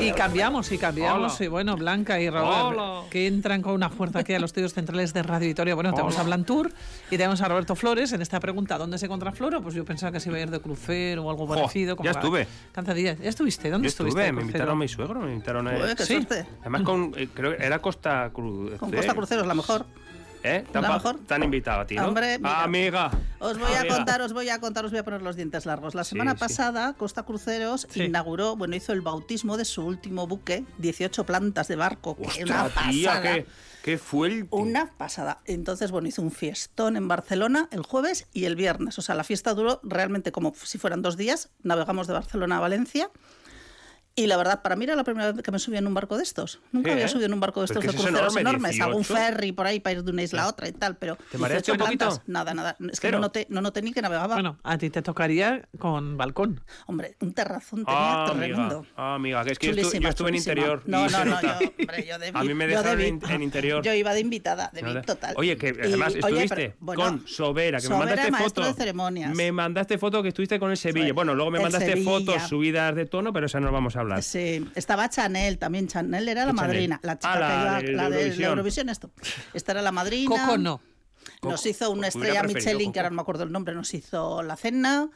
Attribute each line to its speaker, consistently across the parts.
Speaker 1: Y cambiamos, y cambiamos, y bueno, Blanca y Robert,
Speaker 2: Hola.
Speaker 1: que entran con una fuerza aquí a los estudios centrales de Radio Vitoria. Bueno, tenemos a Blantur y tenemos a Roberto Flores en esta pregunta, ¿dónde se encuentra Floro? Pues yo pensaba que se iba a ir de crucero o algo
Speaker 2: Jo,
Speaker 1: parecido.
Speaker 2: ya
Speaker 1: la
Speaker 2: estuve.
Speaker 1: Cansadilla. ¿Ya estuviste? ¿Dónde
Speaker 2: Yo
Speaker 1: estuviste?
Speaker 2: estuve,
Speaker 1: de
Speaker 2: me
Speaker 1: crucero?
Speaker 2: invitaron a mi suegro, me invitaron a...
Speaker 3: Joder, qué
Speaker 1: Sí.
Speaker 3: suerte.
Speaker 2: Además, con, eh, creo que era Costa Cruz.
Speaker 3: Con Costa Cruceros, la mejor.
Speaker 2: ¿Eh? ¿Te han,
Speaker 3: la
Speaker 2: pa-
Speaker 3: mejor.
Speaker 2: te han invitado a ti, ¿no?
Speaker 3: Hombre, mira.
Speaker 2: Amiga.
Speaker 3: Os voy a
Speaker 2: Amiga.
Speaker 3: contar, os voy a contar, os voy a poner los dientes largos. La
Speaker 2: Sí,
Speaker 3: semana
Speaker 2: sí.
Speaker 3: pasada, Costa Cruceros
Speaker 1: Sí.
Speaker 3: inauguró, bueno, hizo el bautismo de su último buque, 18 plantas de barco. que
Speaker 2: Ostras,
Speaker 3: una
Speaker 2: tía,
Speaker 3: pasada.
Speaker 2: qué, qué fuerte.
Speaker 3: Una pasada. Entonces, bueno, hizo un fiestón en Barcelona el jueves y el viernes. O sea, la fiesta duró realmente como si fueran dos días. Navegamos de Barcelona a Valencia. Y la verdad, para mí era la primera vez que me subía en un barco de estos. Nunca
Speaker 2: Sí,
Speaker 3: había
Speaker 2: ¿eh?
Speaker 3: subido en un barco de estos
Speaker 2: Porque
Speaker 3: de
Speaker 2: eso es
Speaker 3: cruceros
Speaker 2: enorme,
Speaker 3: enormes. Algún
Speaker 2: 18.
Speaker 3: ferry por ahí para ir de una isla a otra y tal, pero.
Speaker 2: ¿Te
Speaker 3: 18
Speaker 2: mareaste un poquito?
Speaker 3: plantas, Nada, nada. Es que
Speaker 2: Cero.
Speaker 3: no noté, no noté ni que navegaba.
Speaker 1: Bueno, a ti te tocaría con balcón.
Speaker 3: Hombre, un terrazón tenía
Speaker 2: Ah, amiga,
Speaker 3: tremendo.
Speaker 2: ah, amiga, que es que yo estu-
Speaker 3: Chulísima,
Speaker 2: yo estuve en
Speaker 3: chulísima.
Speaker 2: interior.
Speaker 3: No,
Speaker 2: y
Speaker 3: no,
Speaker 2: se
Speaker 3: no,
Speaker 2: nota.
Speaker 3: yo, hombre, yo de
Speaker 2: A mí me
Speaker 3: VIP, yo de
Speaker 2: dejaron en,
Speaker 3: VIP.
Speaker 2: en interior.
Speaker 3: Yo iba de invitada, de
Speaker 2: No,
Speaker 3: VIP
Speaker 2: de-
Speaker 3: total.
Speaker 2: Oye, que
Speaker 3: Y,
Speaker 2: además
Speaker 3: oye,
Speaker 2: estuviste
Speaker 3: pero- bueno,
Speaker 2: con Sobera, que
Speaker 3: Sobera,
Speaker 2: me mandaste
Speaker 3: maestro
Speaker 2: foto.
Speaker 3: de ceremonias.
Speaker 2: Me mandaste foto que estuviste con el Sevilla.
Speaker 3: Soy-
Speaker 2: Bueno, luego me
Speaker 3: el
Speaker 2: mandaste
Speaker 3: Sevilla.
Speaker 2: fotos subidas de tono, pero esa no vamos a hablar.
Speaker 3: Sí, estaba Chanel también. Chanel era la
Speaker 2: ¿Qué Chanel?
Speaker 3: madrina. La chica
Speaker 2: Ah, la
Speaker 3: que
Speaker 2: del-
Speaker 3: iba, la
Speaker 2: de
Speaker 3: de la
Speaker 2: Eurovisión.
Speaker 3: Eurovisión, esto. Esta era la madrina.
Speaker 1: Coco no.
Speaker 3: Nos
Speaker 2: Coco.
Speaker 3: hizo una
Speaker 2: Hubiera
Speaker 3: estrella
Speaker 2: preferido
Speaker 3: Michelin, que
Speaker 2: Coco.
Speaker 3: ahora no me acuerdo el nombre, nos hizo la cena.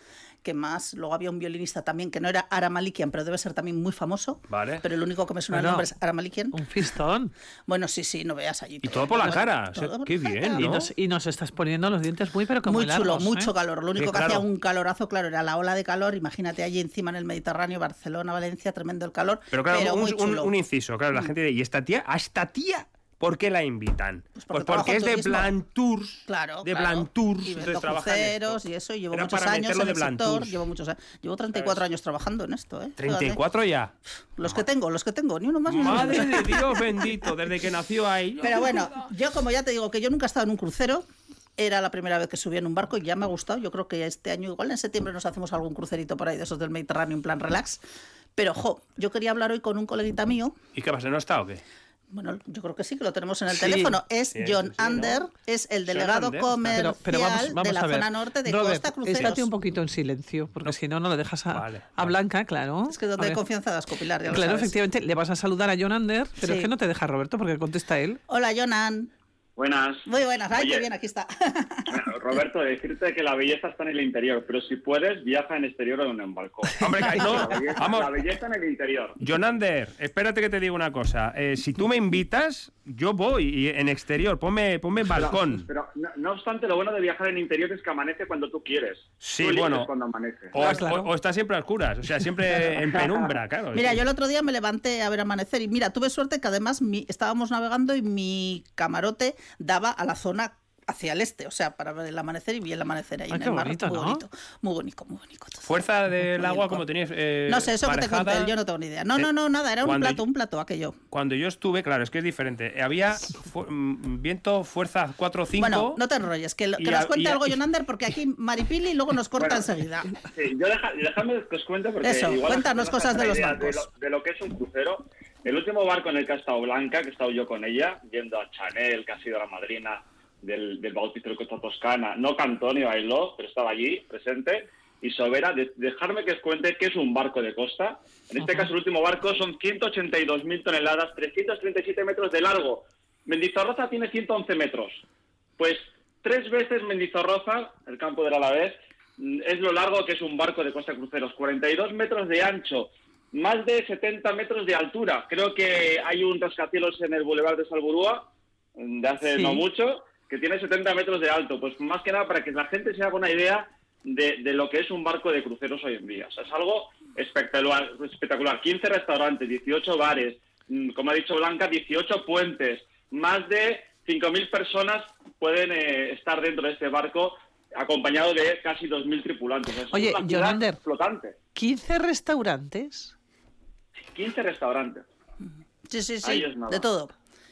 Speaker 3: Que más, luego había un violinista también que no era Aramalikian, pero debe ser también muy famoso.
Speaker 2: Vale.
Speaker 3: Pero el único que me suena
Speaker 1: Bueno.
Speaker 3: el nombre es Aramalikian.
Speaker 1: Un fistón.
Speaker 3: Bueno, sí, sí, no veas allí.
Speaker 2: Y todo por la cara, o sea,
Speaker 3: todo por
Speaker 2: qué
Speaker 3: la
Speaker 2: bien,
Speaker 3: cara.
Speaker 2: ¿no?
Speaker 1: Y, nos, y nos estás poniendo los dientes muy, pero que
Speaker 3: Muy
Speaker 1: muy
Speaker 3: chulo,
Speaker 1: largos,
Speaker 3: mucho
Speaker 1: ¿eh?
Speaker 3: calor. Lo único
Speaker 2: Sí,
Speaker 3: que
Speaker 2: claro.
Speaker 3: hacía un calorazo, claro, era la ola de calor. Imagínate allí encima en el Mediterráneo, Barcelona, Valencia, tremendo el calor.
Speaker 2: Pero claro, un,
Speaker 3: muy
Speaker 2: un-
Speaker 3: chulo. Mm.
Speaker 2: un inciso, claro, la gente dice, ¿y esta tía? ¿A esta tía? ¿Por qué la invitan?
Speaker 3: Pues
Speaker 2: Pues
Speaker 3: porque
Speaker 2: porque,
Speaker 3: trabaja en
Speaker 2: es de
Speaker 3: turismo.
Speaker 2: Plan Tours.
Speaker 3: Claro,
Speaker 2: De
Speaker 3: claro.
Speaker 2: Plan Tours.
Speaker 3: Y
Speaker 2: entonces
Speaker 3: vendo
Speaker 2: trabaja en esto.
Speaker 3: cruceros y eso. y Llevo
Speaker 2: Era
Speaker 3: muchos
Speaker 2: para
Speaker 3: años
Speaker 2: meterlo
Speaker 3: en el
Speaker 2: de Blan
Speaker 3: sector.
Speaker 2: Tours.
Speaker 3: Llevo, muchos, a- llevo 34 años trabajando en esto, ¿eh? Fíjate.
Speaker 2: 34 ya.
Speaker 3: Los que tengo, los que tengo, ni uno más ni uno menos.
Speaker 2: Madre de Dios bendito, desde que nació ahí.
Speaker 3: Pero bueno, yo como ya te digo que yo nunca he estado en un crucero, era la primera vez que subía en un barco y ya me ha gustado. Yo creo que este año igual en septiembre nos hacemos algún crucerito por ahí de esos del Mediterráneo en plan relax. Pero jo, yo quería hablar hoy con un coleguita mío.
Speaker 2: ¿Y qué pasa? ¿No está o qué?
Speaker 3: Bueno, yo creo que sí que lo tenemos en el
Speaker 1: Sí.
Speaker 3: teléfono. Es
Speaker 2: Sí,
Speaker 3: John
Speaker 2: sí, ¿no?
Speaker 3: Under, es el delegado
Speaker 2: Under, está.
Speaker 3: comercial
Speaker 1: Pero, pero vamos, vamos
Speaker 3: de la
Speaker 1: a ver.
Speaker 3: zona norte de
Speaker 1: Robert,
Speaker 3: Costa Cruceros.
Speaker 1: Estate un poquito en silencio, porque si no, no le dejas a,
Speaker 2: Vale,
Speaker 1: a
Speaker 2: vale.
Speaker 1: Blanca, claro.
Speaker 3: Es que
Speaker 1: A
Speaker 3: donde hay
Speaker 1: ver.
Speaker 3: confianza das copilar, ya lo
Speaker 1: Claro,
Speaker 3: sabes.
Speaker 1: efectivamente, le vas a saludar a John Ander, pero
Speaker 3: Sí.
Speaker 1: es que no te deja Roberto porque contesta él.
Speaker 3: Hola, Jonan.
Speaker 4: Buenas.
Speaker 3: Muy buenas. Ay,
Speaker 4: Oye,
Speaker 3: qué bien, aquí está.
Speaker 4: Roberto, decirte que la belleza está en el interior, pero si puedes, viaja en exterior o en un barco.
Speaker 2: Hombre, que- no,
Speaker 4: La belleza,
Speaker 2: vamos.
Speaker 4: la belleza en el interior.
Speaker 2: Jonander, espérate que te digo una cosa. Eh, si tú me invitas, yo voy y en exterior. Ponme, ponme balcón.
Speaker 4: Pero, pero no, no obstante, lo bueno de viajar en interior es que amanece cuando tú quieres.
Speaker 2: Sí,
Speaker 4: Tú eliges
Speaker 2: bueno.
Speaker 4: cuando amanece.
Speaker 2: O,
Speaker 1: Ah, claro.
Speaker 2: o- o está siempre a oscuras, o sea, siempre en penumbra, claro.
Speaker 3: Mira, yo el otro día me levanté a ver amanecer y mira, tuve suerte que además mi- estábamos navegando y mi camarote daba a la zona hacia el este, o sea, para ver el amanecer y vi el amanecer ahí
Speaker 1: Ah,
Speaker 3: en
Speaker 1: qué
Speaker 3: el mar.
Speaker 1: bonito,
Speaker 3: muy
Speaker 1: ¿no?
Speaker 3: bonito, muy bonito, muy bonito. todo.
Speaker 2: Fuerza del agua, como tenías. eh,
Speaker 3: no sé, eso que te
Speaker 2: marejada.
Speaker 3: conté, yo no tengo ni idea. No,
Speaker 2: Eh,
Speaker 3: no, no, nada, era un
Speaker 2: cuando
Speaker 3: plato,
Speaker 2: yo-
Speaker 3: un plato aquello.
Speaker 2: Cuando yo estuve, claro, es que es diferente. Había fu- mm, viento fuerza 4 5.
Speaker 3: Bueno, no te enrolles, que, lo- que
Speaker 2: Y
Speaker 3: nos
Speaker 2: a-
Speaker 3: cuente
Speaker 2: y a-
Speaker 3: algo Jonander, porque aquí Maripili luego nos corta
Speaker 4: Bueno.
Speaker 3: enseguida.
Speaker 4: Sí, yo deja- dejadme que os cuente porque
Speaker 3: Eso,
Speaker 4: igual
Speaker 3: cuéntanos
Speaker 4: os hacéis
Speaker 3: cosas de los
Speaker 4: idea
Speaker 3: barcos.
Speaker 4: De lo, de lo que es un crucero. El último barco en el que ha estado Blanca, que he estado yo con ella, yendo a Chanel, que ha sido la madrina del, del bautizo del Costa Toscana, no que Antonio Ailó, pero estaba allí presente, y Sobera, de- dejarme que os cuente qué es un barco de costa. En este caso, el último barco son 182.000 toneladas, 337 metros de largo. Mendizorroza tiene 111 metros. Pues tres veces Mendizorroza, el campo del Alavés, mm, es lo largo que es un barco de Costa Cruceros. 42 metros de ancho, más de 70 metros de altura. Creo que hay un rascacielos en el Boulevard de Salburúa, mm, de hace
Speaker 1: Sí.
Speaker 4: no mucho, que tiene 70 metros de alto. Pues más que nada para que la gente se haga una idea de, de lo que es un barco de cruceros hoy en día. O sea, es algo espectacular, espectacular. 15 restaurantes, 18 bares, mm, como ha dicho Blanca, 18 puentes, más de 5.000 personas pueden eh, estar dentro de este barco acompañado de casi 2.000 tripulantes. O sea, es
Speaker 1: Oye,
Speaker 4: una ciudad
Speaker 1: Yolander.
Speaker 4: Flotante.
Speaker 1: 15 restaurantes.
Speaker 4: 15 restaurantes.
Speaker 3: Sí, sí, sí,
Speaker 4: Ahí es nada.
Speaker 3: de todo.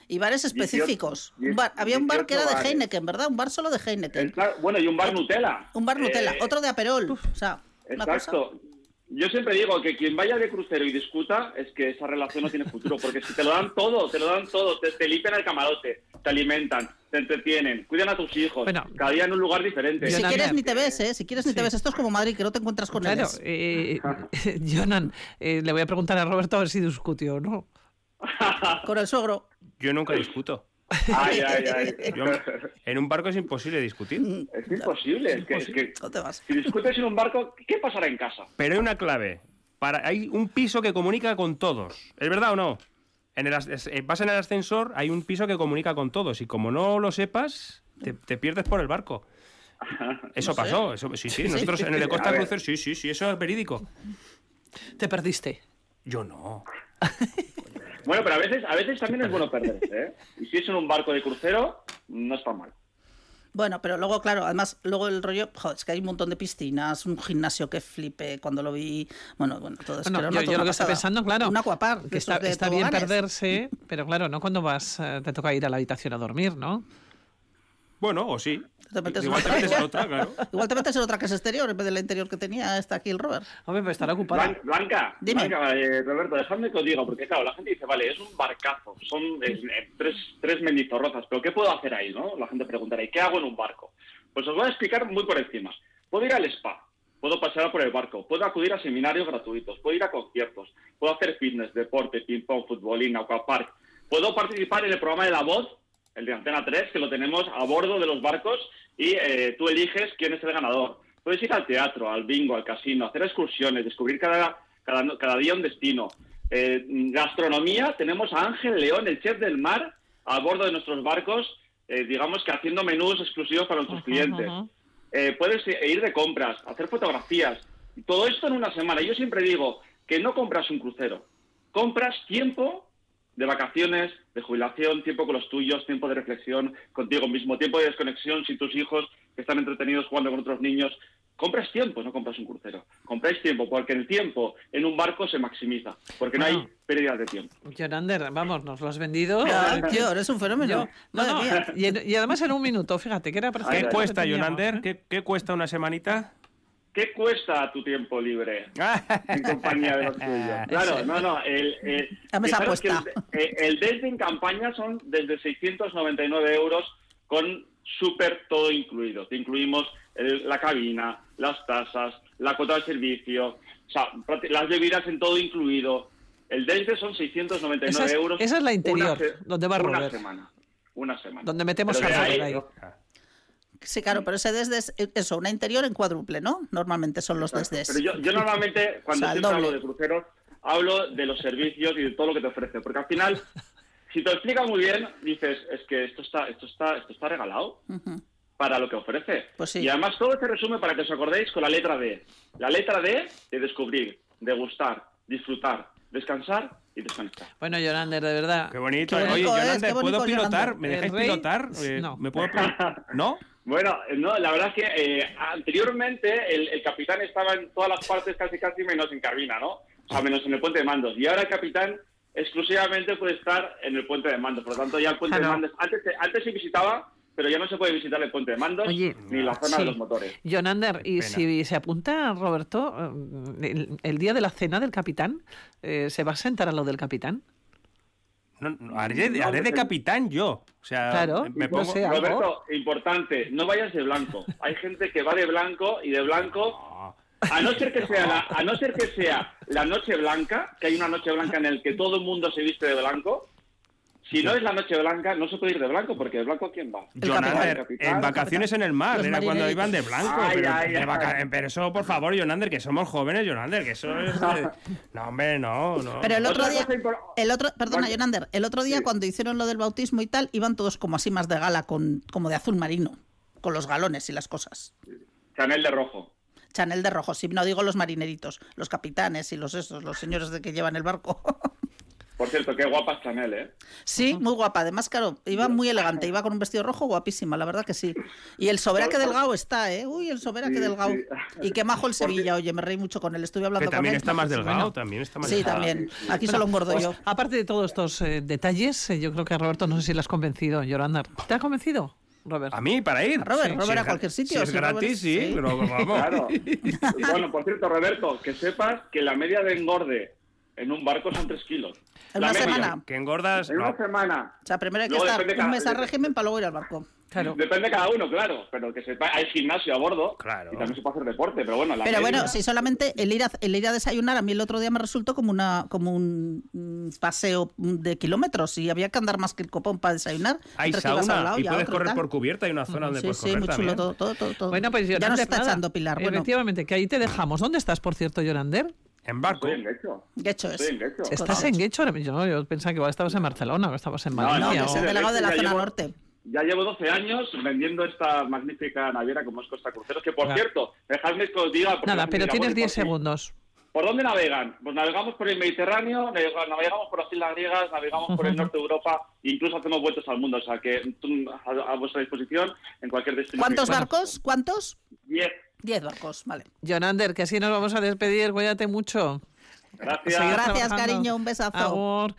Speaker 3: Y bares específicos. Un bar- había un bar que era
Speaker 4: 18
Speaker 3: de
Speaker 4: bares.
Speaker 3: Heineken, ¿verdad? Un bar solo de Heineken.
Speaker 4: Está- bueno, y un bar Nutella.
Speaker 3: Un bar Nutella,
Speaker 4: Eh,
Speaker 3: otro de Aperol. o sea, una cosa.
Speaker 4: Exacto. Yo siempre digo que quien vaya de crucero y discuta es que esa relación no tiene futuro, porque si te lo dan todo, te lo dan todo, te, te limpian el camarote, te alimentan, te entretienen, cuidan a tus hijos,
Speaker 1: Bueno.
Speaker 4: cada día en un lugar diferente.
Speaker 1: Yo
Speaker 3: si
Speaker 1: también.
Speaker 3: quieres ni te ves, ¿eh? Si quieres ni
Speaker 1: Sí.
Speaker 3: te ves. Esto es como Madrid, que no te encuentras con
Speaker 1: Claro,
Speaker 3: ellos.
Speaker 1: eh,
Speaker 2: Ah.
Speaker 1: Jonan, eh, le voy a preguntar a Roberto a ver si discutió o no.
Speaker 3: Con el suegro.
Speaker 2: Yo nunca discuto.
Speaker 4: Ay, ay, ay.
Speaker 2: Yo- en un barco es imposible discutir.
Speaker 3: Mm.
Speaker 4: Es imposible, es que, es que
Speaker 3: No te vas.
Speaker 4: si discutes en un barco, ¿qué pasará en casa?
Speaker 2: Pero hay una clave. Para, hay un piso que comunica con todos. ¿Es verdad o no? En el, as- es- eh, vas en el ascensor, hay un piso que comunica con todos. Y como no lo sepas, te, te pierdes por el barco. Eso pasó. Eso, sí, sí. Nosotros en el Costa
Speaker 4: A ver.
Speaker 2: Crucero, sí, sí, sí. Eso es verídico.
Speaker 1: Te perdiste.
Speaker 2: Yo no.
Speaker 4: Bueno, pero a veces, a veces también es bueno perderse, ¿eh? Y si es en un barco de crucero, no está mal.
Speaker 3: Bueno, pero luego, claro, además, luego el rollo, joder, es que hay un montón de piscinas, un gimnasio que flipe cuando lo vi. Bueno, bueno, todo eso.
Speaker 1: Bueno,
Speaker 3: era una
Speaker 1: yo, yo
Speaker 3: toda
Speaker 1: lo que estoy
Speaker 3: pasada.
Speaker 1: pensando, claro,
Speaker 3: Un acuapar.
Speaker 1: que está, está bien perderse, pero claro, no cuando vas, eh, te toca ir a la habitación a dormir, ¿no?
Speaker 2: Bueno, o sí.
Speaker 3: Te metes
Speaker 2: Igual te
Speaker 3: en otra.
Speaker 2: metes en otra, claro.
Speaker 3: Igual te metes en otra casa exterior en vez de la interior que tenía hasta aquí el Robert.
Speaker 1: Hombre, pues estará ocupada.
Speaker 4: Blan- Blanca,
Speaker 3: Dime.
Speaker 4: Blanca, eh, Roberto, dejadme que os diga, porque claro, la gente dice, vale, es un barcazo, son eh, eh, tres, tres mendizorrozas, pero ¿qué puedo hacer ahí, no? La gente preguntará, ¿y qué hago en un barco? Pues os voy a explicar muy por encima. Puedo ir al spa, puedo pasear por el barco, puedo acudir a seminarios gratuitos, puedo ir a conciertos, puedo hacer fitness, deporte, ping-pong, futbolín, aquapark, puedo participar en el programa de La Voz, el de Antena 3, que lo tenemos a bordo de los barcos y eh, tú eliges quién es el ganador. Puedes ir al teatro, al bingo, al casino, hacer excursiones, descubrir cada, cada, cada día un destino. Eh, gastronomía, tenemos a Ángel León, el chef del mar, a bordo de nuestros barcos, eh, digamos que haciendo menús exclusivos para nuestros
Speaker 1: Ajá,
Speaker 4: clientes.
Speaker 1: ajá.
Speaker 4: Eh, puedes ir de compras, hacer fotografías, y todo esto en una semana. Yo siempre digo que no compras un crucero, compras tiempo de vacaciones, de jubilación, tiempo con los tuyos, tiempo de reflexión contigo mismo, tiempo de desconexión si tus hijos que están entretenidos jugando con otros niños. Compras tiempo, no compras un crucero. Compráis tiempo, porque el tiempo en un barco se maximiza, porque no hay
Speaker 1: Bueno.
Speaker 4: pérdidas de tiempo.
Speaker 1: Jonander, vamos, nos lo has vendido.
Speaker 3: Ah,
Speaker 1: Yo-
Speaker 3: tío, eres un fenómeno.
Speaker 1: yo- no,
Speaker 3: Madre
Speaker 1: no,
Speaker 3: mía.
Speaker 1: y, en- y además en un minuto, fíjate, que era
Speaker 4: Ay,
Speaker 2: ¿Qué
Speaker 4: ay,
Speaker 1: perfecto.
Speaker 4: ay.
Speaker 2: cuesta,
Speaker 1: Teníamos, ¿eh?
Speaker 2: Jonander? ¿Qué, ¿Qué cuesta una semanita?
Speaker 4: ¿Qué cuesta tu tiempo libre? en compañía de los tuyos. Claro, no, no. El, eh,
Speaker 3: Dame esa
Speaker 4: fijaros que
Speaker 3: apuesta.
Speaker 4: El, eh, el desde en campaña son desde 699 euros con súper todo incluido. Te incluimos el- la cabina, las tasas, la cuota de servicio, o sea, prácti- las bebidas en todo incluido. El desde son 699
Speaker 1: Esa es-
Speaker 4: euros.
Speaker 1: esa es la interior,
Speaker 4: una se-
Speaker 1: donde va
Speaker 4: Una
Speaker 1: Robert.
Speaker 4: semana. Una semana.
Speaker 1: Donde metemos
Speaker 4: Pero de
Speaker 1: a
Speaker 4: ahí-
Speaker 1: Robert ahí.
Speaker 3: Sí, claro, pero ese desde es eso, una interior en cuádruple, ¿no? Normalmente son los
Speaker 4: Exacto.
Speaker 3: desdes.
Speaker 4: Pero yo, yo normalmente, cuando
Speaker 3: O sea, el
Speaker 4: siempre hablo
Speaker 3: doble.
Speaker 4: de cruceros, hablo de los servicios y de todo lo que te ofrece. Porque al final, si te lo explica muy bien, dices, es que esto está, esto está, esto está regalado
Speaker 3: Ujú.
Speaker 4: para lo que ofrece.
Speaker 3: Pues sí.
Speaker 4: Y además todo se resume para que os acordéis con la letra D. La letra D de descubrir, degustar, disfrutar, descansar y desconectar.
Speaker 1: Bueno, Jonander, de verdad.
Speaker 2: Qué bonito. eh.
Speaker 3: Qué
Speaker 2: Oye,
Speaker 3: bonito es,
Speaker 2: Jonander,
Speaker 3: qué bonito
Speaker 2: ¿puedo
Speaker 3: es,
Speaker 2: pilotar?
Speaker 3: Jonander.
Speaker 2: ¿Me
Speaker 1: El
Speaker 2: dejáis
Speaker 1: rey,
Speaker 2: pilotar? Eh,
Speaker 1: no.
Speaker 2: ¿Me puedo pilotar? ¿No?
Speaker 4: Bueno, no, la verdad es que eh, anteriormente el, el capitán estaba en todas las partes casi casi menos en cabina, ¿no? O sea, menos en el puente de mandos. Y ahora el capitán exclusivamente puede estar en el puente de mandos. Por lo tanto, ya el puente
Speaker 1: Ah, no.
Speaker 4: de mandos... Antes, se- antes se visitaba, pero ya no se puede visitar el puente de mandos
Speaker 1: Oye,
Speaker 4: ni la zona
Speaker 1: sí.
Speaker 4: de los motores.
Speaker 1: Jonander, y
Speaker 2: Qué pena.
Speaker 1: si se apunta Roberto, eh, el, el día de la cena del capitán, eh, ¿se va a sentar a lo del capitán?
Speaker 2: No, no, haré, de- haré de capitán yo. O sea,
Speaker 1: Claro,
Speaker 2: me
Speaker 1: no
Speaker 2: pongo...
Speaker 1: sé, algo.
Speaker 4: Roberto, importante, no vayas de blanco. Hay gente que va de blanco y de blanco...
Speaker 2: No.
Speaker 4: A no, ser que sea la, a no ser que sea la noche blanca, que hay una noche blanca en la que todo el mundo se viste de blanco, si no es la noche blanca, no se puede ir de blanco, porque de blanco ¿a quién va?
Speaker 2: Jonander,
Speaker 4: El capitán.
Speaker 2: en vacaciones en el mar,
Speaker 3: Los
Speaker 2: era cuando
Speaker 3: marineritos.
Speaker 2: iban de blanco.
Speaker 4: Ay,
Speaker 2: pero,
Speaker 4: ay,
Speaker 2: de
Speaker 4: ay.
Speaker 2: vaca- pero eso, por favor, Jonander, que somos jóvenes, Jonander, que eso es... de- No, hombre, no, no.
Speaker 3: Pero el otro
Speaker 4: Otra
Speaker 3: día,
Speaker 4: cosa impor-
Speaker 3: el otro, perdona,
Speaker 4: Vale.
Speaker 3: Jonander, el otro día
Speaker 4: Sí.
Speaker 3: cuando hicieron lo del bautismo y tal, iban todos como así más de gala, con, como de azul marino, con los galones y las cosas.
Speaker 4: Chanel de rojo.
Speaker 3: Chanel de rojo, si no digo los marineritos, los capitanes y los esos, los señores de que llevan el barco.
Speaker 4: Por cierto, qué guapa es Chanel, ¿eh?
Speaker 3: sí, muy guapa. Además, claro, iba muy elegante, iba con un vestido rojo guapísima, la verdad que sí. Y el sobera que delgado está, ¿eh? Uy, el sobera que
Speaker 4: Sí,
Speaker 3: delgado.
Speaker 4: sí.
Speaker 3: Y qué majo el Sevilla, oye, me reí mucho con él, estuve
Speaker 2: que
Speaker 3: hablando con
Speaker 2: también
Speaker 3: él.
Speaker 2: está más delgado,
Speaker 1: Bueno.
Speaker 2: también está más
Speaker 3: Sí,
Speaker 2: delgado.
Speaker 3: también. Aquí solo engordo
Speaker 1: Pues,
Speaker 3: yo.
Speaker 1: Aparte de todos estos eh, detalles, eh, yo creo que a Roberto no sé si le has convencido, Jonander. ¿Te ha convencido? Robert.
Speaker 2: A mí, para ir.
Speaker 3: A Robert,
Speaker 2: Sí.
Speaker 3: Robert,
Speaker 2: es
Speaker 3: a
Speaker 2: gra-
Speaker 3: cualquier sitio,
Speaker 2: Si es
Speaker 3: sí,
Speaker 2: gratis,
Speaker 3: Robert,
Speaker 2: sí,
Speaker 3: sí.
Speaker 2: pero vamos.
Speaker 4: Claro. Bueno, por cierto, Roberto, que sepas que la media de engorde en un barco son 3 kilos.
Speaker 3: En
Speaker 4: La
Speaker 3: una
Speaker 4: media.
Speaker 3: semana.
Speaker 2: Que engordas.
Speaker 4: En
Speaker 2: no.
Speaker 4: una semana.
Speaker 3: O sea, primero hay que
Speaker 4: Luego depende
Speaker 3: estar un
Speaker 4: cada-
Speaker 3: mes a régimen para luego ir al barco.
Speaker 1: Claro.
Speaker 4: Depende de cada uno, claro. Pero que sepa, hay gimnasio a bordo.
Speaker 2: Claro.
Speaker 4: Y también se puede hacer deporte, pero bueno. La
Speaker 3: Pero
Speaker 4: media-
Speaker 3: bueno, si solamente el ir, a, el ir a desayunar, a mí el otro día me resultó como una como un mm, paseo de kilómetros y había que andar más que el copón para desayunar.
Speaker 2: Hay
Speaker 3: entre que ibas a un
Speaker 2: sauna
Speaker 3: lado
Speaker 2: y
Speaker 3: a
Speaker 2: puedes
Speaker 3: otro y
Speaker 2: correr
Speaker 3: tal.
Speaker 2: por cubierta. Hay una zona donde
Speaker 3: Sí,
Speaker 2: puedes
Speaker 3: sí,
Speaker 2: correr
Speaker 3: muy chulo
Speaker 2: también.
Speaker 3: todo, todo, todo, todo.
Speaker 1: Bueno, pues
Speaker 3: ya
Speaker 1: Yonander,
Speaker 3: nos está
Speaker 1: nada.
Speaker 3: echando Pilar. Bueno,
Speaker 1: Efectivamente, que ahí te dejamos. ¿Dónde estás, por cierto, Yorander?
Speaker 2: En barco.
Speaker 4: Estoy en Guecho.
Speaker 3: de hecho es.
Speaker 4: Estoy en Guecho.
Speaker 1: ¿Estás en Guecho ahora mismo? No, Yo pensaba que igual estabas en Barcelona, o estabas en
Speaker 4: No,
Speaker 2: Ah,
Speaker 3: No, que
Speaker 1: Valencia.
Speaker 3: es
Speaker 1: o-
Speaker 3: el delegado de la
Speaker 4: Ya
Speaker 3: zona
Speaker 4: llevo-
Speaker 3: norte.
Speaker 4: Ya llevo 12 años vendiendo esta magnífica naviera como es Costa Cruceros, que por
Speaker 1: Claro.
Speaker 4: cierto, dejadme que os diga... porque la
Speaker 1: Nada,
Speaker 4: gente
Speaker 1: pero
Speaker 4: dirá,
Speaker 1: tienes
Speaker 4: bueno,
Speaker 1: 10
Speaker 4: ¿por qué?
Speaker 1: segundos.
Speaker 4: ¿Por dónde navegan? Pues navegamos por el Mediterráneo, navega- navegamos por las Islas Griegas, navegamos por el norte de Europa, incluso hacemos vueltas al mundo, o sea que mm, a, a vuestra disposición en cualquier destino.
Speaker 3: ¿Cuántos
Speaker 4: que-
Speaker 3: barcos? ¿Cuántos?
Speaker 4: Diez.
Speaker 3: Diez barcos, vale.
Speaker 1: Yonander, que así nos vamos a despedir. Cuídate mucho.
Speaker 4: Gracias.
Speaker 1: Seguirás
Speaker 3: Gracias,
Speaker 1: trabajando.
Speaker 3: cariño, un besazo.
Speaker 1: Agur.